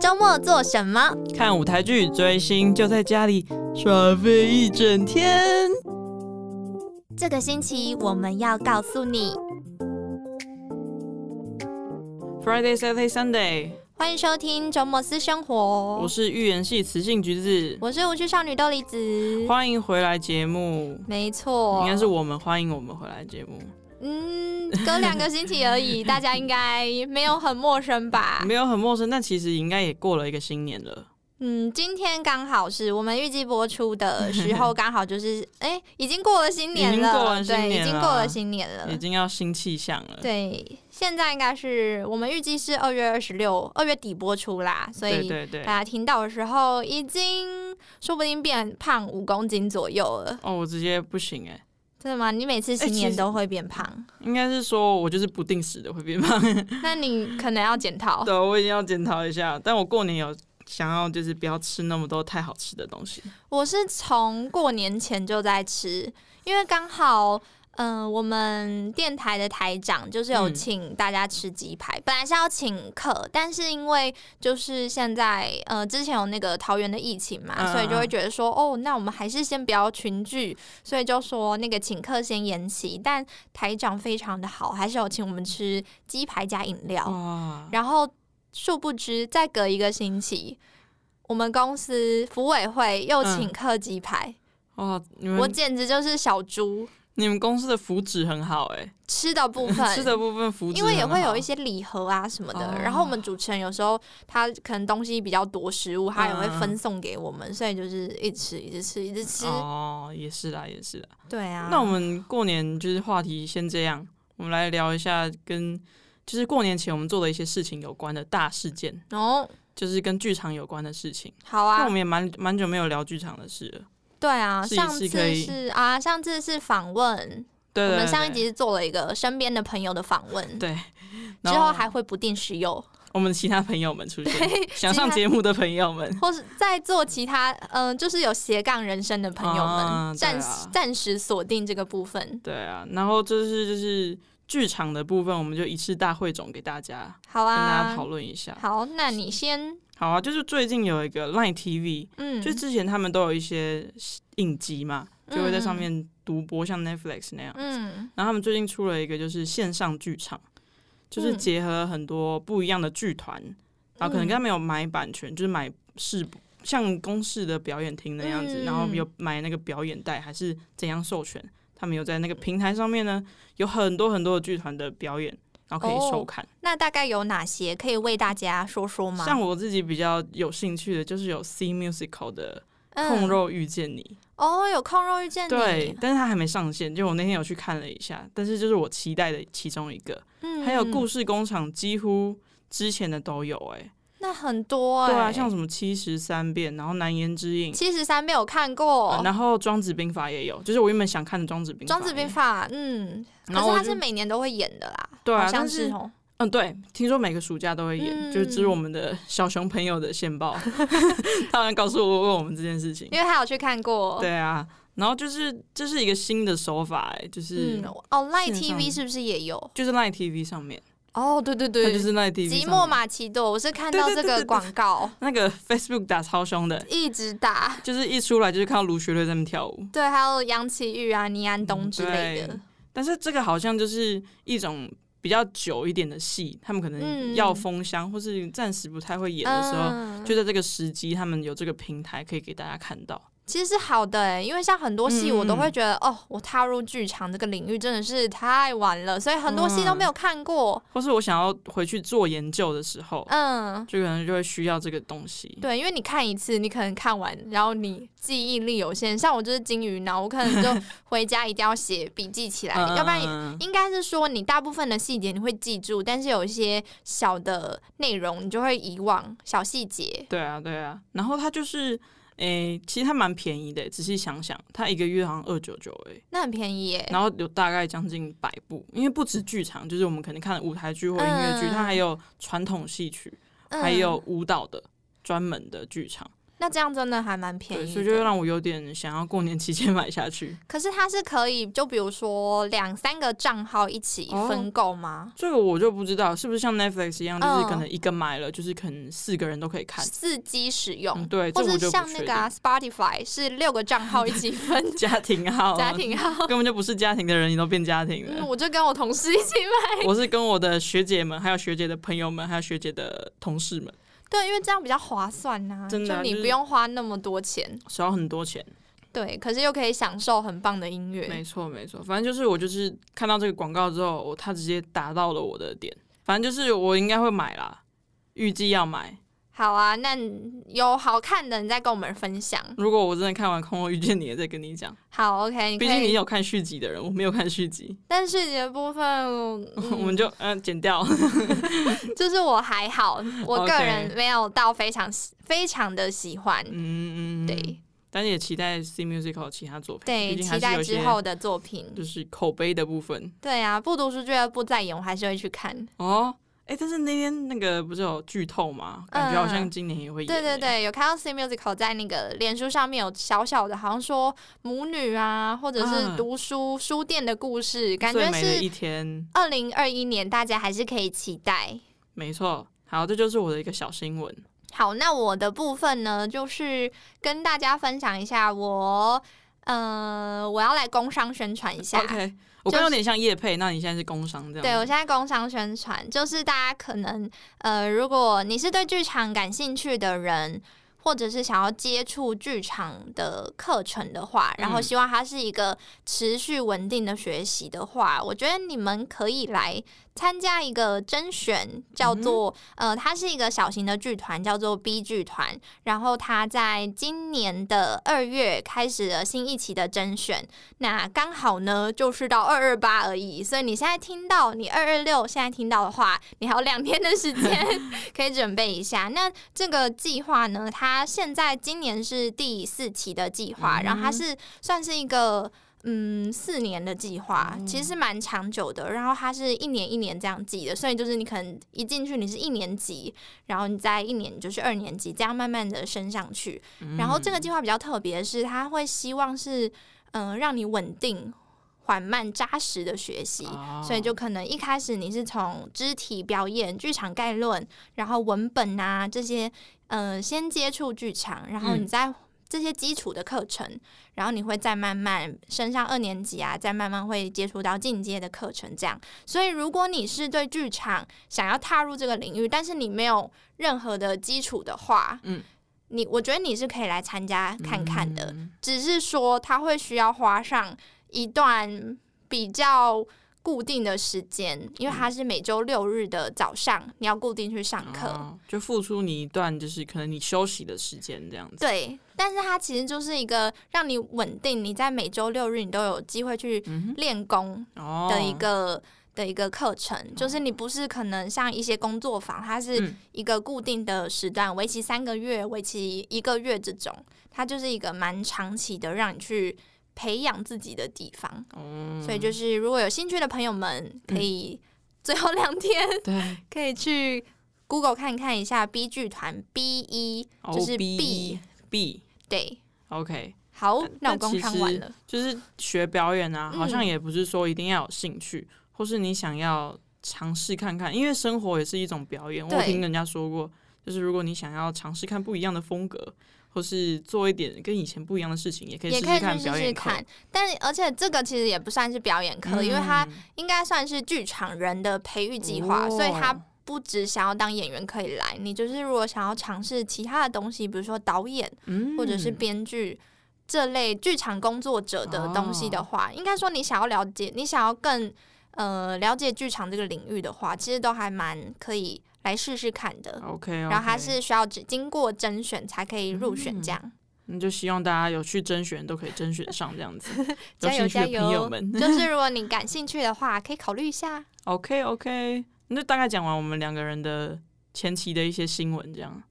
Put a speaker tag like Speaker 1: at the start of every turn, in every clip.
Speaker 1: 周末做什么？
Speaker 2: 看舞台剧、追星，就在家里耍废一整天。
Speaker 1: 这个星期我们要告诉你。
Speaker 2: Friday, Saturday, Sunday，
Speaker 1: 欢迎收听周末私生
Speaker 2: 我
Speaker 1: 活，
Speaker 2: 是预言系雌性橘子，
Speaker 1: 我是无趣少女豆梨子。
Speaker 2: 欢迎回来节目。
Speaker 1: 没错，
Speaker 2: 应该是我们欢迎我们回来节目，
Speaker 1: 嗯，隔两个星期而 已，大家应该没有很陌生吧？
Speaker 2: 没有很陌生，但其实应该也过了一个新年了。
Speaker 1: 嗯，今天刚好是我们预计播出的时候，刚好 就是哎、已经过了新年了，
Speaker 2: 已经过了新年
Speaker 1: 对，已经
Speaker 2: 了
Speaker 1: 过了新年了
Speaker 2: 已。经要新气象了，
Speaker 1: 呃对，现在应该是我们预计是二月二十六、二月底播出啦，所
Speaker 2: 对
Speaker 1: 以
Speaker 2: 对
Speaker 1: 大
Speaker 2: 对。
Speaker 1: 家听到的时候，已经说不定变胖五公斤左右了。
Speaker 2: 哦，我直接不行哎、
Speaker 1: 真的吗？你每次
Speaker 2: 哎
Speaker 1: 新
Speaker 2: 其
Speaker 1: 年
Speaker 2: 实
Speaker 1: 都会变胖，
Speaker 2: 应该是说我就是不定时的会变 胖。
Speaker 1: 那你可能要检讨。
Speaker 2: 对，我一定要检讨一下。但我过年有想要就是不要吃那么多太好吃的东西。
Speaker 1: 我是从过年前就在吃，因为刚好。嗯，我们电台的台长就是有
Speaker 2: 嗯
Speaker 1: 请大家吃鸡排，本来是要请客，但是因为就是现在呃之前有那个桃园的疫情嘛，
Speaker 2: 嗯
Speaker 1: 所以就会
Speaker 2: 嗯
Speaker 1: 觉得说哦，那我们还是先不要群聚，所以就说那个请客先延期。但台长非常的好，还是有请我们吃鸡排加饮料。
Speaker 2: 哇，
Speaker 1: 然后殊不知，再隔一个星期，我们公司服委会又
Speaker 2: 嗯
Speaker 1: 请客鸡排，
Speaker 2: 哇，你
Speaker 1: 我
Speaker 2: 们
Speaker 1: 简直就是小猪
Speaker 2: 你们公司的福祉很好哎、
Speaker 1: 吃的部分。
Speaker 2: 吃的部分福祉
Speaker 1: 因为也
Speaker 2: 很
Speaker 1: 会有
Speaker 2: 好
Speaker 1: 一些礼盒啊什么的，
Speaker 2: 哦
Speaker 1: 然后我们主持人有时候他可能东西比较多，食物他也会
Speaker 2: 嗯嗯嗯
Speaker 1: 分送给我们，所以就是一直吃，一直吃，一直吃。
Speaker 2: 哦，也是啦，也是啦。
Speaker 1: 对啊，
Speaker 2: 那我们过年就是话题先这样，我们来聊一下跟就是过年前我们做的一些事情有关的大事件，
Speaker 1: 哦，
Speaker 2: 就是跟剧场有关的事情。
Speaker 1: 好
Speaker 2: 那
Speaker 1: 啊
Speaker 2: 我，们也蛮蛮久没有聊剧场的事了。
Speaker 1: 对啊，
Speaker 2: 试一
Speaker 1: 上
Speaker 2: 试
Speaker 1: 次
Speaker 2: 可以
Speaker 1: 是啊，上次是访问，
Speaker 2: 对
Speaker 1: 我
Speaker 2: 对
Speaker 1: 们
Speaker 2: 对
Speaker 1: 上一
Speaker 2: 对
Speaker 1: 集是做了一个身边的朋友的访问，
Speaker 2: 对，
Speaker 1: 之
Speaker 2: 然
Speaker 1: 后还会不定时有。
Speaker 2: 我们其他朋友们出现，想
Speaker 1: 其他
Speaker 2: 上节目的朋友们，
Speaker 1: 或是在做其他，嗯、就是有斜杠人生的朋友
Speaker 2: 啊
Speaker 1: 们，
Speaker 2: 对啊
Speaker 1: 暂时暂时锁定这个部分。
Speaker 2: 对啊，然后这是就是剧场的部分，我们就一次大汇总给大家，
Speaker 1: 好
Speaker 2: 跟大
Speaker 1: 啊
Speaker 2: 家讨，论一下。
Speaker 1: 好，那你先，
Speaker 2: 好啊，就是最近有一个 Line TV，、
Speaker 1: 嗯，
Speaker 2: 就之前他们都有一些影集嘛，就会在上面独播，像 Netflix 那样。
Speaker 1: 嗯，
Speaker 2: 然后他们最近出了一个就是线上剧场，就是
Speaker 1: 嗯
Speaker 2: 结合很多不一样的剧团，然后可能跟他们有买版权，就是买试播。像公式的表演厅那样子，
Speaker 1: 嗯
Speaker 2: 然后有买那个表演带，还是怎样授权？他们有在那个平台上面呢，有很多很多的剧团的表演，然后可以
Speaker 1: 哦
Speaker 2: 收看。
Speaker 1: 那大概有哪些可以为大家说说吗？
Speaker 2: 像我自己比较有兴趣的，就是有 C Musical 的《控
Speaker 1: 嗯，
Speaker 2: 肉遇见你》
Speaker 1: 哦，有空肉遇见你，
Speaker 2: 对，，但是它还没上线，就我那天有去看了一下，但是就是我期待的其中一个，
Speaker 1: 嗯，
Speaker 2: 还有故
Speaker 1: 事，
Speaker 2: 事工厂几乎之前的都有、欸，
Speaker 1: 那很多、
Speaker 2: 哎，
Speaker 1: 欸，
Speaker 2: 对啊，像什么七十三变，然后难言之隐，
Speaker 1: 七十三没有看过
Speaker 2: 呃，然后庄子兵法也有，就是我原本想看的庄子兵法，
Speaker 1: 庄子兵，法，嗯，可
Speaker 2: 然后
Speaker 1: 是
Speaker 2: 我
Speaker 1: 他
Speaker 2: 就是
Speaker 1: 每年都会演的啦，
Speaker 2: 对啊
Speaker 1: 好像
Speaker 2: 但是
Speaker 1: 哦，
Speaker 2: 嗯，对，听说每个暑假都会演，就是这是
Speaker 1: 嗯
Speaker 2: 我们的小熊朋友的 线报，他好像告诉我问我们这件事情，
Speaker 1: 因为他有去看过，
Speaker 2: 对啊，然后就是这是一个新的手法、欸，哎，就是、
Speaker 1: 嗯，哦，Line
Speaker 2: 线上
Speaker 1: TV 是不是也有？
Speaker 2: 就是 Line TV 上面，
Speaker 1: 哦，对对
Speaker 2: 它
Speaker 1: 对，
Speaker 2: 就是 Line TV
Speaker 1: 即
Speaker 2: 上
Speaker 1: 墨
Speaker 2: 面
Speaker 1: 马奇朵，我是看到
Speaker 2: 对
Speaker 1: 这
Speaker 2: 对对
Speaker 1: 个
Speaker 2: 对对
Speaker 1: 广告
Speaker 2: 那个 Facebook 打超凶的，
Speaker 1: 一直打，
Speaker 2: 就是一出来就是看到卢学瑞在那边跳舞。
Speaker 1: 对，还有杨奇玉啊、倪安东之类的
Speaker 2: 嗯对，但是这个好像就是一种比较久一点的戏，他们可能
Speaker 1: 嗯
Speaker 2: 要封箱，或是暂时不太会演的时候，
Speaker 1: 嗯
Speaker 2: 就在这个时机，他们有这个平台可以给大家看到。
Speaker 1: 其实是好的、欸，因为像很多戏
Speaker 2: 嗯
Speaker 1: 我都会觉得，哦，我踏入剧场这个领域真的是太晚了，所以很多戏都没有看过，
Speaker 2: 或是我想要回去做研究的时候，
Speaker 1: 嗯。
Speaker 2: 就可能就会需要这个东西。
Speaker 1: 对，因为你看一次，你可能看完，然后你记忆力有限。像我就是金鱼脑，我可能就回家一定要写笔记起来，啊要不然
Speaker 2: 嗯
Speaker 1: 应该是说你大部分的细节你会记住，但是有一些小的内容你就会遗忘小细节。
Speaker 2: 对啊，对啊。然后它就是，诶、其实它蛮便宜的。仔细想想，它一个月好像二九九诶，
Speaker 1: 那很便宜耶。
Speaker 2: 然后有大概将近百部，因为不止剧场，就是我们可能看的舞台剧或音乐剧，
Speaker 1: 嗯
Speaker 2: 它还有传统戏曲，还有舞蹈的专门的剧场。
Speaker 1: 那这样真的还蛮便
Speaker 2: 对，
Speaker 1: 宜
Speaker 2: 所以就
Speaker 1: 的。
Speaker 2: 让我有点想要过年期间 买下去。
Speaker 1: 可是它是可以，就比如说两三个账号一起
Speaker 2: 哦
Speaker 1: 分购吗？
Speaker 2: 这个我就不知道是不是像 Netflix 一样，就是
Speaker 1: 嗯
Speaker 2: 可能一个买了，就是可能四个人都可以看。
Speaker 1: 伺机使用，
Speaker 2: 嗯，对，这
Speaker 1: 或
Speaker 2: 我
Speaker 1: 是
Speaker 2: 就
Speaker 1: 像
Speaker 2: 不
Speaker 1: 那
Speaker 2: 确
Speaker 1: 个、啊、
Speaker 2: 定。
Speaker 1: Spotify 是六个账号一起 分
Speaker 2: 家庭号、啊，
Speaker 1: 家庭号。
Speaker 2: 根本就不是家庭的人，你都变家庭
Speaker 1: 嗯，
Speaker 2: 了。
Speaker 1: 我就跟我同事一起买。
Speaker 2: 我是跟我的学姐们，还有学姐的朋友们，还有学姐的同事们，
Speaker 1: 对，因为这样比较划算呐、
Speaker 2: 真的啊
Speaker 1: 就你
Speaker 2: 就是
Speaker 1: 不用花那么多钱，
Speaker 2: 少很多钱。
Speaker 1: 对，可是又可以享受很棒的音乐
Speaker 2: 没。错，没错，反正就是我就是看到这个广告之后，我他直接打到了我的点。反正就是我应该会买啦，预计要买。
Speaker 1: 好啊，那你有好看的你再跟我们分享。
Speaker 2: 如果我真的看完《空我遇见你》，也再跟你讲。
Speaker 1: 好，OK，你可
Speaker 2: 毕竟你
Speaker 1: 以。
Speaker 2: 有看续集的人，我没有看续集，
Speaker 1: 但是你的部分，嗯
Speaker 2: 我们就嗯、呃剪掉。
Speaker 1: 就是我还 好，我
Speaker 2: OK
Speaker 1: 个人没有到非常喜非常的喜欢。
Speaker 2: 嗯，嗯嗯
Speaker 1: 对
Speaker 2: 但是也期待 C Musical 其他作品，
Speaker 1: 对，
Speaker 2: 毕竟
Speaker 1: 期
Speaker 2: 还是
Speaker 1: 待
Speaker 2: 有一
Speaker 1: 之
Speaker 2: 些
Speaker 1: 后的作品。
Speaker 2: 就是口碑的部分
Speaker 1: 对啊，不读书俱乐部再演，我还是会去看。
Speaker 2: 哦。哎、但是那天那个不是有剧透吗？感觉好像今年也会演、
Speaker 1: 嗯对对，对，有看到 C Musical 在那个脸书上面有小小的，好像说母女啊，或者是
Speaker 2: 嗯
Speaker 1: 读书、书店的故事，感
Speaker 2: 最
Speaker 1: 觉
Speaker 2: 美的
Speaker 1: 是
Speaker 2: 一天，
Speaker 1: 二零二一年，大家还是可以期待。
Speaker 2: 没错。好，这就是我的一个小新闻。
Speaker 1: 好，那我的部分呢，就是跟大家分享一下我，呃，我要来工商宣传一下。
Speaker 2: OK，我刚刚有点像叶佩，那你现在是工商这样？
Speaker 1: 对，我现在工商宣传，就是大家可能呃，如果你是对剧场感兴趣的人，或者是想要接触剧场的课程的话，然后
Speaker 2: 嗯
Speaker 1: 希望它是一个持续稳定的学习的话，我觉得你们可以来参加一个甄选，
Speaker 2: 嗯
Speaker 1: 叫做、呃，它是一个小型的剧团，叫做 B 剧团，然后它在今年的二月开始了新一期的甄选，那刚好呢，就是到二二八而已，所以你现在听到，你二二六现在听到的话，你还有两天的时间可以准备一下。那这个计划呢，它现在今年是第四期的计划，然后它是算是一个。嗯，四年的计划其实是蛮长久的，然后它是一年一年这样记的，所以就是你可能一进去你是一年级，然后你在一年你就是二年级，这样慢慢的升上去。
Speaker 2: 嗯
Speaker 1: 然后这个计划比较特别的是，它会希望是嗯、呃让你稳定、缓慢、扎实的学习。
Speaker 2: 哦
Speaker 1: 所以就可能一开始你是从肢体表演、剧场概论，然后文本啊这些，嗯、先接触剧场，然后
Speaker 2: 嗯
Speaker 1: 你再这些基础的课程，然后你会再慢慢升上二年级啊，再慢慢会接触到进阶的课程这样。所以如果你是对剧场想要踏入这个领域，但是你没有任何的基础的话，
Speaker 2: 嗯。
Speaker 1: 你我觉得你是可以来参加看看的，
Speaker 2: 嗯
Speaker 1: 只是说他会需要花上一段比较固定的时间，因为他是每周六日的早上，你要固定去上课。
Speaker 2: 哦就付出你一段就是可能你休息的时间这样子。
Speaker 1: 对，但是它其实就是一个让你稳定，你在每周六日你都有机会去练功
Speaker 2: 哦
Speaker 1: 的一个、的一个课程，就是你不是可能像一些工作坊，它是
Speaker 2: 嗯
Speaker 1: 一个固定的时段，为期三个月、为期一个月这种，它就是一个蛮长期的让你去培养自己的地方。
Speaker 2: 哦嗯
Speaker 1: 所以就是如果有兴趣的朋友们，可以最后两天
Speaker 2: 对，
Speaker 1: 可以去 Google 看看一下 B 剧团 B 一，
Speaker 2: 哦
Speaker 1: 就是
Speaker 2: B
Speaker 1: B
Speaker 2: B
Speaker 1: 对。
Speaker 2: OK，
Speaker 1: 好那
Speaker 2: 那，
Speaker 1: 我
Speaker 2: 呃那
Speaker 1: 工
Speaker 2: 其
Speaker 1: 商完
Speaker 2: 实
Speaker 1: 了。
Speaker 2: 就是学表演啊，
Speaker 1: 嗯
Speaker 2: 好像也不是说一定要有兴趣，或是你想要尝试看看，因为生活也是一种表演。我
Speaker 1: 对
Speaker 2: 有听人家说过，就是如果你想要尝试看不一样的风格，或是做一点跟以前不一样的事情，也可以试
Speaker 1: 也
Speaker 2: 试
Speaker 1: 可以
Speaker 2: 看
Speaker 1: 去
Speaker 2: 表
Speaker 1: 试
Speaker 2: 演
Speaker 1: 试
Speaker 2: 课。
Speaker 1: 看，但是而且这个其实也不算是表演课，因为它
Speaker 2: 嗯
Speaker 1: 应该算是剧场人的培育计划，所以它
Speaker 2: 哦
Speaker 1: 不只想要当演员可以来，你就是如果想要尝试其他的东西，比如说导演
Speaker 2: 嗯
Speaker 1: 或者是编剧这类剧场工作者的东西
Speaker 2: 哦
Speaker 1: 的话，应该说你想要了解，你想要更呃了解剧场这个领域的话，其实都还蛮可以来试试看的。
Speaker 2: 哦 OK，, 嗯
Speaker 1: 然后它是需要只经过甄选才可以入选，这样、
Speaker 2: 那就希望大家有去甄选都可以甄选上这 样子，有
Speaker 1: 加油
Speaker 2: 兴趣
Speaker 1: 加
Speaker 2: 的朋友
Speaker 1: 油！
Speaker 2: 们。
Speaker 1: 就是如果你感兴趣的话，可以考虑一下。
Speaker 2: OK OK，那就大概讲完我们两个人的前期的一些新闻，这样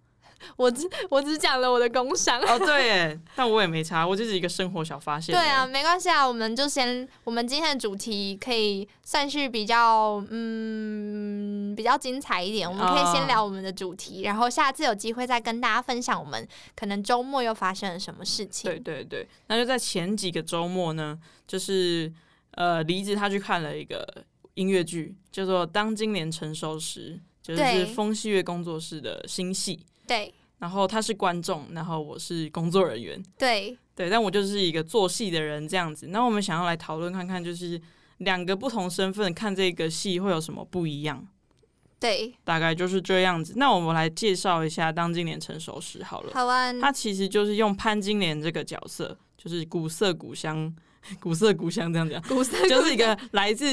Speaker 1: 我只 我只讲了我的工伤。
Speaker 2: 哦，对耶，但我也没差，我就是一个生活小发现。
Speaker 1: 对啊，，没关系啊，我们就先，我们今天的主题可以算是比较，嗯，比较精彩一点。我们可以先
Speaker 2: 哦
Speaker 1: 聊我们的主题，然后下次有机会再跟大家分享我们可能周末又发生了什么事情。
Speaker 2: 对对对，那就在前几个周末呢，就是呃，梨子她去看了一个音乐剧，叫做《当今年成熟时》，就
Speaker 1: 对
Speaker 2: 是风戏乐工作室的新戏。
Speaker 1: 对
Speaker 2: 然后她是观众，然后我是工作人员，
Speaker 1: 对
Speaker 2: 对，但我就是一个做戏的人这样子。那我们想要来讨论看看，就是两个不同身份看这个戏会有什么不一样，
Speaker 1: 对，
Speaker 2: 大概就是这样子。那我们来介绍一下《当今年成熟时》好了。
Speaker 1: 好啊，
Speaker 2: 他其实就是用潘金莲这个角色，就是古色古香、古色古香这样讲，
Speaker 1: 古色嗯
Speaker 2: 就是一个来自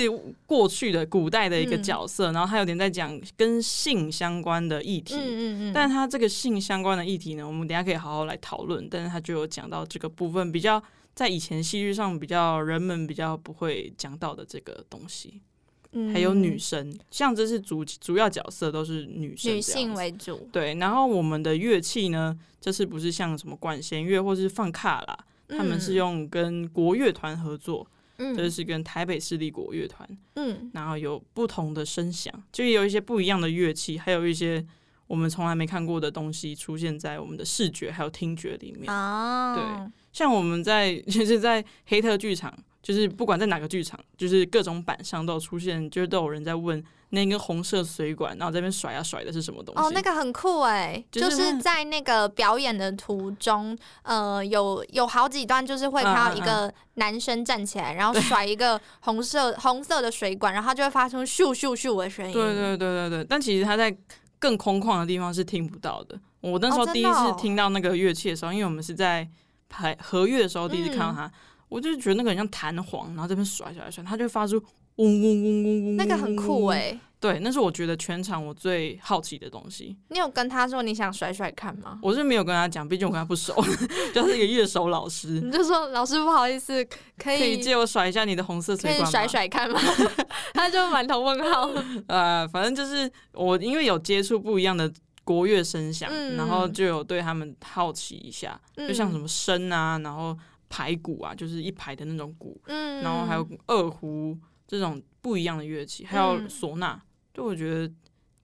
Speaker 2: 过去的古代的一个角色，然后他有点在讲跟性相关的议题。
Speaker 1: 嗯嗯嗯，
Speaker 2: 但他这个性相关的议题呢，我们等一下可以好好来讨论。但是他就有讲到这个部分比较在以前戏剧上比较人们比较不会讲到的这个东西，还有女啊
Speaker 1: 嗯
Speaker 2: 生，像这是主主要角色都是女生，
Speaker 1: 女性为主，
Speaker 2: 对，然后我们的乐器呢，这次不是像什么管弦乐或是放卡啦，他们是用跟国乐团合作，
Speaker 1: 嗯
Speaker 2: 这是跟台北市立国乐团，
Speaker 1: 嗯
Speaker 2: 然后有不同的声响，就有一些不一样的乐器，还有一些我们从来没看过的东西出现在我们的视觉还有听觉里面。
Speaker 1: 啊，
Speaker 2: 对像我们在 就是在黑特剧场，就是不管在哪个剧场，就是各种板上都有出现，就是都有人在问那根红色水管，然后在那边甩呀、甩的是什么东西？
Speaker 1: 哦，那个很酷哎，
Speaker 2: 就
Speaker 1: 就是是
Speaker 2: 那
Speaker 1: 在那个表演的途中，呃，有有好几段就是会
Speaker 2: 嗯
Speaker 1: 看到
Speaker 2: 嗯
Speaker 1: 一
Speaker 2: 嗯
Speaker 1: 个男生站起来，然后甩一个红色红色的水管，然后它就会发出咻咻咻的声音。
Speaker 2: 对对对对对，但其实他在更空旷的地方是听不到的。我那时
Speaker 1: 哦
Speaker 2: 候
Speaker 1: 真
Speaker 2: 第一
Speaker 1: 的
Speaker 2: 次
Speaker 1: 哦
Speaker 2: 听到那个乐器的时候，因为我们是在排合乐的时候第一次看到
Speaker 1: 嗯
Speaker 2: 它，我就觉得那个很像弹簧，然后这边甩甩甩，它就发出嗡嗡嗡嗡嗡，
Speaker 1: 那个很酷哎、
Speaker 2: 哎、对，那是我觉得全场我最好奇的东西。
Speaker 1: 你有跟他说你想甩甩看吗？
Speaker 2: 我是没有跟他讲，毕竟我跟他不熟， 就是一个乐手老师。
Speaker 1: 你就说老师不好意思，嗯可
Speaker 2: 可以
Speaker 1: 以
Speaker 2: 借我甩一下你的红色
Speaker 1: 可
Speaker 2: 水
Speaker 1: 以
Speaker 2: 管吗？
Speaker 1: 甩甩看 吗？他就满头问号。
Speaker 2: 呃，反正就是我因为有接触不一样的国乐声响，
Speaker 1: 嗯
Speaker 2: 然后就有对他们好奇一下， 就像什么笙啊，然后排鼓啊，就是一排的那种鼓，
Speaker 1: 嗯，嗯
Speaker 2: 然后还有二胡这种不一样的乐器，还有
Speaker 1: 嗯
Speaker 2: 唢呐。就我觉得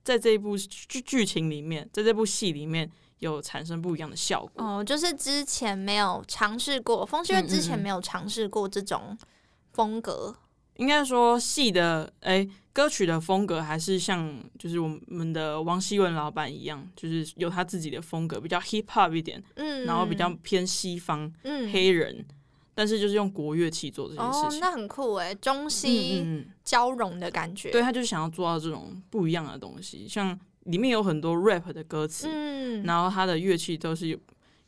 Speaker 2: 在这一部剧剧情里面，在这部戏里面有产生不一样的效果。
Speaker 1: 哦，就是之前没有尝试过，风信月
Speaker 2: 嗯嗯
Speaker 1: 之前
Speaker 2: 嗯
Speaker 1: 没有尝试过这种风格。
Speaker 2: 应该说戏的哎、歌曲的风格还是像就是我们的王希文老板一样，就是有他自己的风格，比较 hip hop 一点。
Speaker 1: 嗯，
Speaker 2: 然后比较偏西方、
Speaker 1: 嗯
Speaker 2: 黑人，但是就是用国乐器做这件
Speaker 1: 哦
Speaker 2: 事，情。
Speaker 1: 那很酷哎，中西
Speaker 2: 嗯嗯
Speaker 1: 交融的感觉。
Speaker 2: 嗯，对，他就是想要做到这种不一样的东西，像里面有很多 rap 的歌词，
Speaker 1: 嗯，
Speaker 2: 然后他的乐器都是有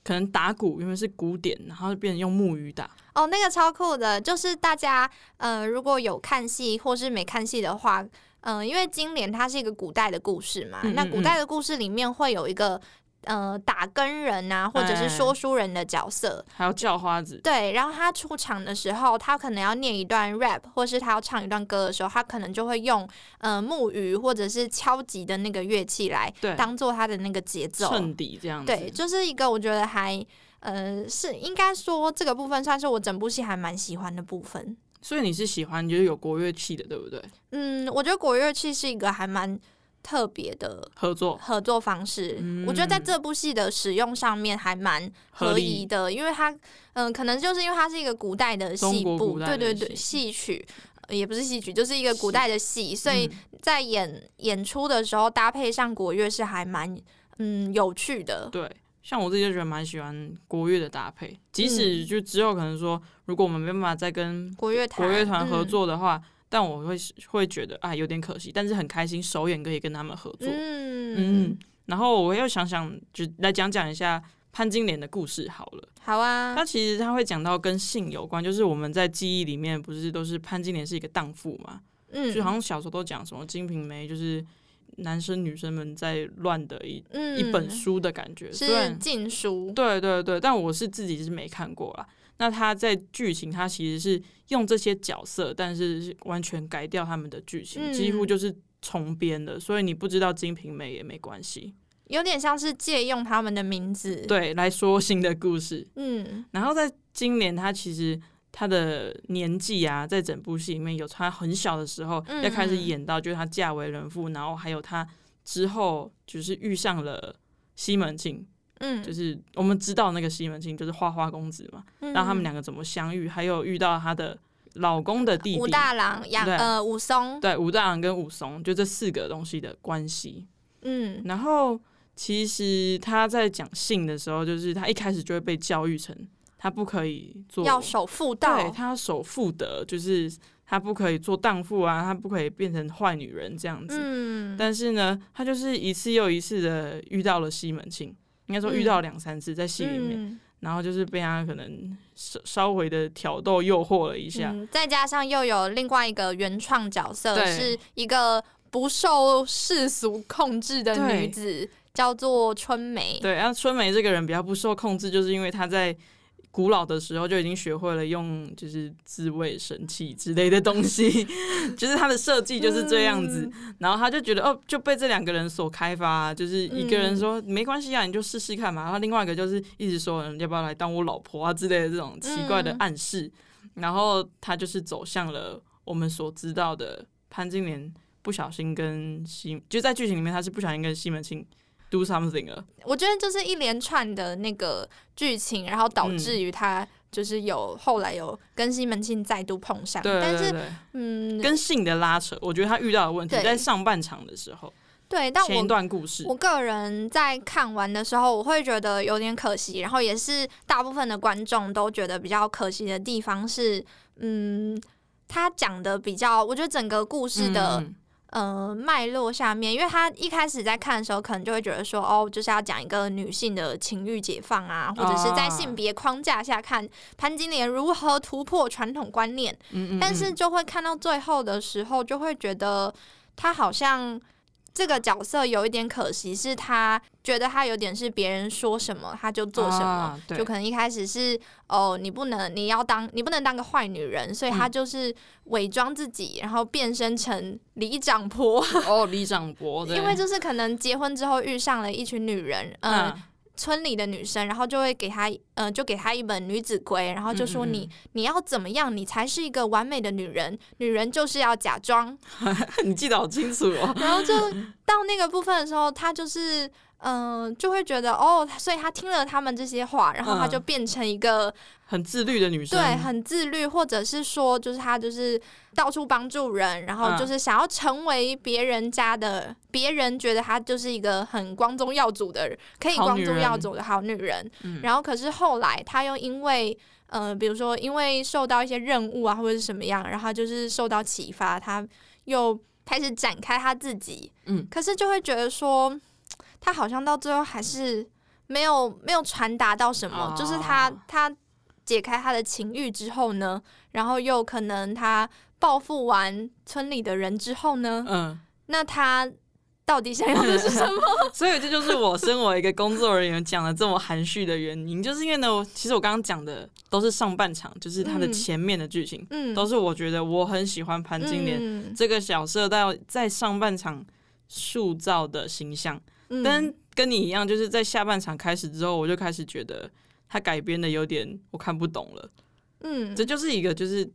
Speaker 2: 可能打鼓，因为是鼓点，然后变成用木鱼打。
Speaker 1: 哦，那个超酷的，就是大家呃，如果有看戏或是没看戏的话。嗯、因为金莲它是一个古代的故事嘛，
Speaker 2: 嗯嗯
Speaker 1: 那古代的故事里面会有一个呃打更人啊，或者
Speaker 2: 哎
Speaker 1: 是说书人的角色，
Speaker 2: 还有叫花子，
Speaker 1: 对，然后他出场的时候，他可能要念一段 rap，或是他要唱一段歌的时候，他可能就会用呃木鱼或者是敲击的那个乐器来
Speaker 2: 对，
Speaker 1: 当做他的那个节奏。
Speaker 2: 衬底这样子。
Speaker 1: 对，就是一个我觉得还呃是应该说这个部分算是我整部戏还蛮喜欢的部分。
Speaker 2: 所以你是喜欢就是有国乐器的，对不对？
Speaker 1: 嗯，我觉得国乐器是一个还蛮特别的
Speaker 2: 合作
Speaker 1: 合作方式，
Speaker 2: 嗯
Speaker 1: 我觉得在这部戏的使用上面还蛮合
Speaker 2: 合
Speaker 1: 宜
Speaker 2: 理
Speaker 1: 的，因为它嗯、可能就是因为它是一个古代的戏
Speaker 2: 中国
Speaker 1: 部，
Speaker 2: 古
Speaker 1: 对
Speaker 2: 代
Speaker 1: 对
Speaker 2: 的
Speaker 1: 对，
Speaker 2: 戏
Speaker 1: 戏曲。呃也不是戏曲，就是一个古代的戏，所以
Speaker 2: 嗯
Speaker 1: 在演演出的时候搭配上国乐是还蛮嗯有趣的。
Speaker 2: 对，像我自己就觉得蛮喜欢国乐的搭配，即
Speaker 1: 嗯
Speaker 2: 使就之后可能说，如果我们没办法再跟
Speaker 1: 国乐团，
Speaker 2: 国乐团合
Speaker 1: 嗯
Speaker 2: 作的话，但我会会觉得啊有点可惜，但是很开心首演可以跟他们合作。嗯
Speaker 1: 嗯，
Speaker 2: 然后我又想想，就来讲讲一下潘金莲的故事好了。
Speaker 1: 好啊
Speaker 2: 他，其实他会讲到跟性有关，就是我们在记忆里面不是都是潘金莲是一个荡妇嘛，
Speaker 1: 嗯，
Speaker 2: 就好像小时候都讲什么《金瓶梅》，就是男生女生们在乱的一、
Speaker 1: 嗯
Speaker 2: 一本书的感觉。虽
Speaker 1: 是
Speaker 2: 然
Speaker 1: 禁书，
Speaker 2: 对对对，但我是自己是没看过啦。那他在剧情，他其实是用这些角色，但是是完全改掉他们的剧情，几乎
Speaker 1: 嗯
Speaker 2: 就是重编的，所以你不知道《金瓶梅》也没关系。
Speaker 1: 有点像是借用他们的名字。，
Speaker 2: 对来说新的故事。
Speaker 1: 嗯
Speaker 2: 然后在今年，他其实他的年纪啊，在整部戏里面有从他很小的时候
Speaker 1: 嗯
Speaker 2: 要开始演到，就是他嫁为人妇，然后还有他之后就是遇上了西门庆，
Speaker 1: 嗯，
Speaker 2: 就是我们知道那个西门庆就是花花公子嘛，
Speaker 1: 嗯
Speaker 2: 然后他们两个怎么相遇，还有遇到她的老公的
Speaker 1: 嗯
Speaker 2: 弟弟
Speaker 1: 武大郎、杨
Speaker 2: 对
Speaker 1: 呃武松，
Speaker 2: 对武大郎跟武松，就这四个东西的关系。
Speaker 1: 嗯
Speaker 2: 然后其实他在讲性的时候，就是他一开始就会被教育成他不可以做，
Speaker 1: 要守妇
Speaker 2: 对
Speaker 1: 道，
Speaker 2: 他要守妇德，就是他不可以做荡妇啊，他不可以变成坏女人这样子。
Speaker 1: 嗯，
Speaker 2: 但是呢，他就是一次又一次的遇到了西门庆，应该说遇到两三次在戏里面，
Speaker 1: 嗯
Speaker 2: 然后就是被他可能稍稍微的挑逗诱惑了一下，
Speaker 1: 嗯，再加上又有另外一个原创角色，
Speaker 2: 对
Speaker 1: 是一个不受世俗控制的女
Speaker 2: 对
Speaker 1: 子，叫做春梅。
Speaker 2: 对，然后春梅这个人比较不受控制，就是因为她在古老的时候就已经学会了用就是自卫神器之类的东西，就是她的设计就是这样子。然后她就觉得哦，就被这两个人所开发啊、就是一个人说、没关系啊，你就试试看嘛。然后另外一个就是一直说嗯要不要来当我老婆啊之类的这种奇怪的
Speaker 1: 嗯
Speaker 2: 暗示。然后她就是走向了我们所知道的潘金莲。不小心跟西，就在剧情里面，她是不小心跟西门庆 do something 了，
Speaker 1: 我觉得就是一连串的那个剧情，然后导
Speaker 2: 嗯
Speaker 1: 致于他就是有后来有跟西门庆再度碰上，
Speaker 2: 对对
Speaker 1: 但
Speaker 2: 对
Speaker 1: 是嗯，
Speaker 2: 跟性的拉扯，我觉得他遇到的问题
Speaker 1: 对
Speaker 2: 在上半场的时候，
Speaker 1: 对，但
Speaker 2: 前一
Speaker 1: 我
Speaker 2: 段故事
Speaker 1: 我，个人在看完的时候，我会觉得有点可惜，然后也是大部分的观众都觉得比较可惜的地方是，嗯，他讲的比较，我觉得整个故事的、
Speaker 2: 嗯
Speaker 1: 呃脉络下面，因为他一开始在看的时候，可能就会觉得说，哦，就是要讲一个女性的情欲解放啊，或者是在
Speaker 2: 啊
Speaker 1: 性别框架下看潘金莲如何突破传统观念，
Speaker 2: 嗯嗯嗯
Speaker 1: 但是就会看到最后的时候，就会觉得他好像这个角色有一点可惜，是他觉得他有点是别人说什么他就做什么，
Speaker 2: 啊对
Speaker 1: 就可能一开始是哦，你不能，你要当，你不能当个坏女人，所以他
Speaker 2: 嗯
Speaker 1: 就是伪装自己，然后变身成里长 婆，
Speaker 2: 哦，李长博的，
Speaker 1: 因为就是可能结婚之后遇上了一群女人，嗯、
Speaker 2: 嗯
Speaker 1: 村里的女生，然后就会给她，呃，就给她一本《女子规》，然后就说
Speaker 2: 嗯嗯嗯
Speaker 1: 你、你要怎么样，你才是一个完美的女人，女人就是要假 装。
Speaker 2: 你记得好清楚哦，
Speaker 1: 然后就到那个部分的时候，她就是，嗯、就会觉得哦，所以她听了他们这些话，然后她
Speaker 2: 嗯
Speaker 1: 就变成一个、
Speaker 2: 很自律的女生，
Speaker 1: 对很自律，或者是说就是她就是到处帮助人，然后
Speaker 2: 嗯
Speaker 1: 就是想要成为别人家的，别人觉得她就是一个很光宗耀祖的人，可以
Speaker 2: 好
Speaker 1: 光
Speaker 2: 女
Speaker 1: 宗耀
Speaker 2: 人
Speaker 1: 祖的好女人。
Speaker 2: 嗯
Speaker 1: 然后可是后来他又因为呃，比如说因为受到一些任务啊或者是什么样，然后他就是受到启发，他又开始展开他自己。
Speaker 2: 嗯，
Speaker 1: 可是就会觉得说，他好像到最后还是没有没有传达到什么，就是他
Speaker 2: 哦
Speaker 1: 他解开他的情欲之后呢，然后又可能他报复完村里的人之后呢，
Speaker 2: 嗯，
Speaker 1: 那他到底想要的是什 么？
Speaker 2: 所以这就是我身为一个工作人员讲的这么含蓄的原因，就是因为呢，我其实我刚刚讲的都是上半场，就是它的
Speaker 1: 嗯
Speaker 2: 前面的剧情，
Speaker 1: 嗯，
Speaker 2: 都是我觉得我很喜欢潘金莲
Speaker 1: 嗯，
Speaker 2: 这个角色到在上半场塑造的形象。
Speaker 1: 嗯
Speaker 2: 但跟你一样，就是在下半场开始之后，我就开始觉得他改编的有点我看不懂了。
Speaker 1: 嗯
Speaker 2: 这就是一个就是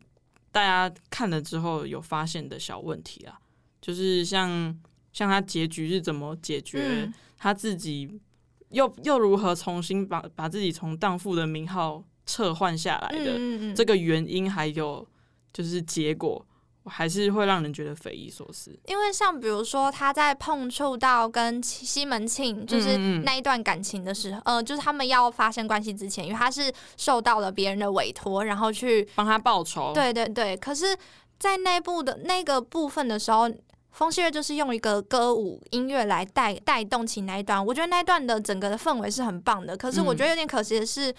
Speaker 2: 大家看了之后有发现的小问题啊，就是像像他结局是怎么解决，
Speaker 1: 嗯
Speaker 2: 他自己又又如何重新把把自己从荡妇的名号撤换下来的，
Speaker 1: 嗯嗯嗯
Speaker 2: 这个原因还有就是结果，还是会让人觉得匪夷所思。
Speaker 1: 因为像比如说他在碰触到跟西西门庆就是
Speaker 2: 嗯嗯嗯
Speaker 1: 那一段感情的时候，呃，就是他们要发生关系之前，因为他是受到了别人的委托，然后去，
Speaker 2: 帮他报仇，
Speaker 1: 对对对。可是，在内部的那个部分的时候，风细月就是用一个歌舞音乐来带带动起那一段，我觉得那一段的整个的氛围是很棒的。可是我
Speaker 2: 嗯
Speaker 1: 觉得有点可惜的是，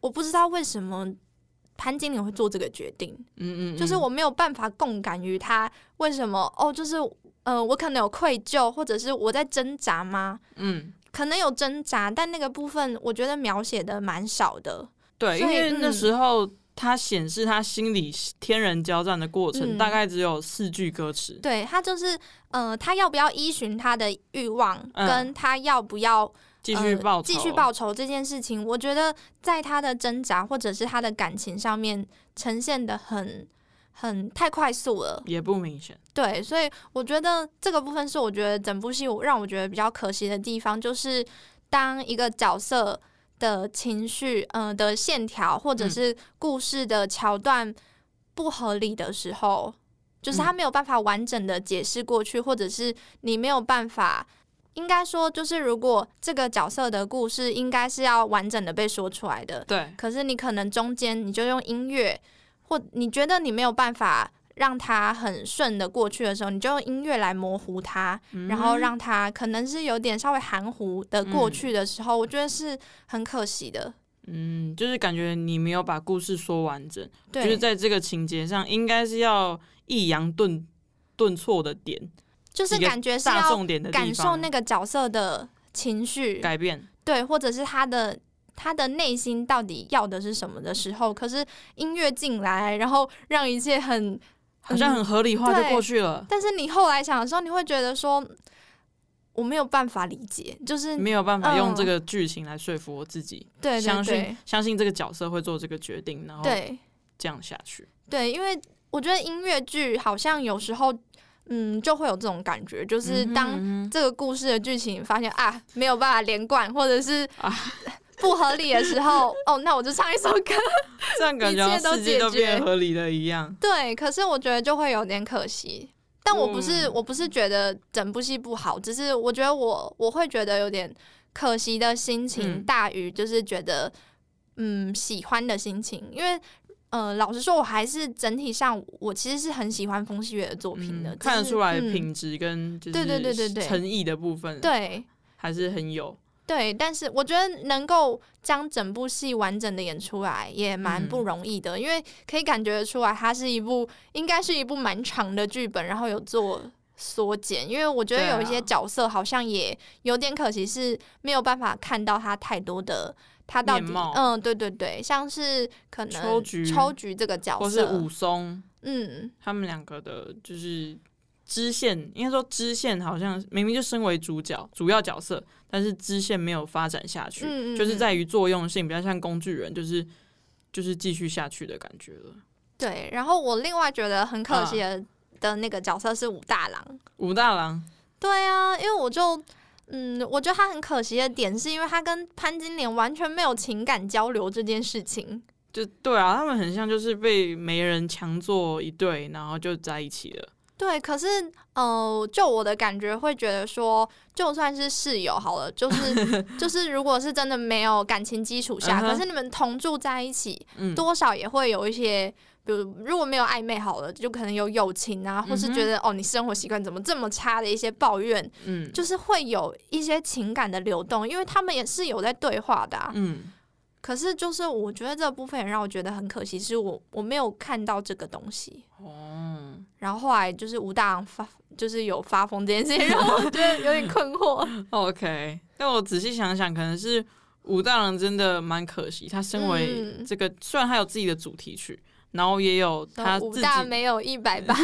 Speaker 1: 我不知道为什么潘金莲会做这个决定。
Speaker 2: 嗯嗯，
Speaker 1: 就是
Speaker 2: 嗯
Speaker 1: 我没有办法共感于他为什么哦，就是呃，我可能有愧疚，或者是我在挣扎吗？
Speaker 2: 嗯。
Speaker 1: 可能有挣扎，但那个部分我觉得描写的蛮少的。
Speaker 2: 对，
Speaker 1: 所
Speaker 2: 因
Speaker 1: 以
Speaker 2: 为那
Speaker 1: 嗯
Speaker 2: 时候他显示他心里天人交战的过程，
Speaker 1: 嗯
Speaker 2: 大概只有四句歌词。
Speaker 1: 对他就是，呃，他要不要依循他的欲望，
Speaker 2: 嗯
Speaker 1: 跟他要不要
Speaker 2: 继续
Speaker 1: 呃
Speaker 2: 报仇，
Speaker 1: 继续报仇这件事情，我觉得在他的挣扎或者是他的感情上面呈现的很很太快速了，
Speaker 2: 也不明显。
Speaker 1: 对，所以我觉得这个部分是我觉得整部戏我让我觉得比较可惜的地方，就是当一个角色的情绪，嗯、的线条或者
Speaker 2: 嗯
Speaker 1: 是故事的桥段不合理的时候，就是他
Speaker 2: 嗯
Speaker 1: 没有办法完整的解释过去，或者是你没有办法。应该说，就是如果这个角色的故事应该是要完整的被说出来的，
Speaker 2: 对，
Speaker 1: 可是你可能中间你就用音乐，或你觉得你没有办法让它很顺的过去的时候，你就用音乐来模糊它，然
Speaker 2: 嗯
Speaker 1: 后让它可能是有点稍微含糊的过去的时候，我觉得是很可惜的。
Speaker 2: 嗯，就是感觉你没有把故事说完整，就
Speaker 1: 对，
Speaker 2: 是在这个情节上，应该是要抑扬顿顿挫的点，
Speaker 1: 就是感觉是
Speaker 2: 大
Speaker 1: 要
Speaker 2: 重点的地方
Speaker 1: 感受那个嗯角色的情绪，
Speaker 2: 改变。
Speaker 1: 对，或者是他的。他的内心到底要的是什么的时候，可是音乐进来，然后让一切很
Speaker 2: 好像很合理化就
Speaker 1: 对
Speaker 2: 过去了，
Speaker 1: 但是你后来想的时候，你会觉得说，我没有办法理解，就是
Speaker 2: 没有办法用
Speaker 1: 嗯
Speaker 2: 这个剧情来说服我自己，
Speaker 1: 对对
Speaker 2: 相信哦
Speaker 1: 对
Speaker 2: 相信这个角色会做这个决定，然后
Speaker 1: 对
Speaker 2: 这样下去。
Speaker 1: 对，因为我觉得音乐剧好像有时候，嗯，就会有这种感觉，就是当
Speaker 2: 嗯哼
Speaker 1: 这个故事的剧情发现啊没有办法连贯，或者是
Speaker 2: 啊
Speaker 1: 不合理的时 候，哦，那我就唱一首歌。
Speaker 2: 这样感觉好
Speaker 1: 一切都
Speaker 2: 像世界都
Speaker 1: 解决
Speaker 2: 变合理了一样。
Speaker 1: 对，可是我觉得就会有点可惜。但我不是，
Speaker 2: 嗯
Speaker 1: 我不是觉得整部戏不好，只是我觉得我我会觉得有点可惜的心情
Speaker 2: 嗯
Speaker 1: 大于就是觉得嗯喜欢的心情，因为呃老实说，我还是整体上我其实是很喜欢风细月的作品的，
Speaker 2: 嗯
Speaker 1: 只
Speaker 2: 看得
Speaker 1: 是
Speaker 2: 出来
Speaker 1: 嗯
Speaker 2: 品质跟就
Speaker 1: 对对对对
Speaker 2: 是
Speaker 1: 对
Speaker 2: 诚意的部分，，
Speaker 1: 对
Speaker 2: 还是很有。
Speaker 1: 对，但是我觉得能够将整部戏完整的演出来也蛮
Speaker 2: 嗯
Speaker 1: 不容易的，因为可以感觉得出来，它是一部应该是一部蛮长的剧本，然后有做缩减，因为我觉
Speaker 2: 对
Speaker 1: 得
Speaker 2: 啊
Speaker 1: 有一些角色好像也有点可惜，是没有办法看到他太多的。他到底
Speaker 2: 面貌
Speaker 1: 嗯，对对对，像是可能
Speaker 2: 秋菊
Speaker 1: 秋菊这个角
Speaker 2: 或是
Speaker 1: 色，
Speaker 2: 武松
Speaker 1: 嗯，
Speaker 2: 他们两个的，就是支线，应该说支线好像明明就身为主角主要角色，但是支线没有发展下去，
Speaker 1: 嗯嗯
Speaker 2: 就是
Speaker 1: 嗯
Speaker 2: 在于作用性比较像工具人，就是就是继续下去的感觉了。
Speaker 1: 对。然后我另外觉得很
Speaker 2: 嗯
Speaker 1: 可惜的、的那个角色是武大郎，
Speaker 2: 武大郎，
Speaker 1: 对啊，因为我就嗯，我觉得他很可惜的点是因为他跟潘金莲完全没有情感交流这件事情。
Speaker 2: 就对啊，他们很像就是被媒人强做一对，然后就在一起了。
Speaker 1: 对，可是呃，就我的感觉会觉得说，就算是室友好了，就是 就是，如果是真的没有感情基础下
Speaker 2: 嗯哼
Speaker 1: 可是你们同住在一起，
Speaker 2: 嗯，
Speaker 1: 多少也会有一些。比如，如果没有暧昧好了，就可能有友情啊，或是
Speaker 2: 嗯哼
Speaker 1: 觉得、哦，你生活习惯怎么这么差的一些抱怨，
Speaker 2: 嗯，
Speaker 1: 就是会有一些情感的流动，因为他们也是有在对话的、啊。
Speaker 2: 嗯，
Speaker 1: 可是就是我觉得这部分也让我觉得很可惜，是我我没有看到这个东西。
Speaker 2: 哦，
Speaker 1: 然后后来就是吴大郎发，就是有发疯这件事情，让我觉得有点困 惑。
Speaker 2: OK，但我仔细想想，可能是武大郎真的蛮可惜。他身为
Speaker 1: 嗯
Speaker 2: 这个，虽然他有自己的主题曲，然后也有他
Speaker 1: 武
Speaker 2: 自己
Speaker 1: 大没有一百八，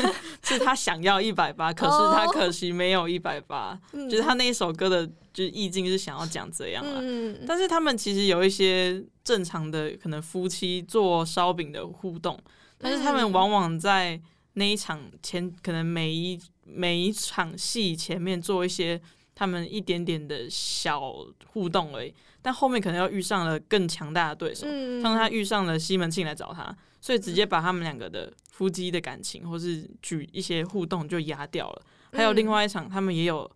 Speaker 2: 是他想要一百八，可
Speaker 1: 哦
Speaker 2: 是他可惜没有一百八。
Speaker 1: 就
Speaker 2: 就是他那一首歌的，就是意境是想要讲这样啦。
Speaker 1: 嗯嗯，
Speaker 2: 但是他们其实有一些正常的，可能夫妻做烧饼的互动，但是他们
Speaker 1: 嗯
Speaker 2: 往往在那一场前，可能每一每一场戏前面做一些他们一点点的小互动而已，但后面可能又遇上了更强大的对手，
Speaker 1: 嗯
Speaker 2: 像他遇上了西门庆来找他，所以直接把他们两个的夫妻的感情或是举一些互动就压掉了。
Speaker 1: 嗯
Speaker 2: 还有另外一场，他们也有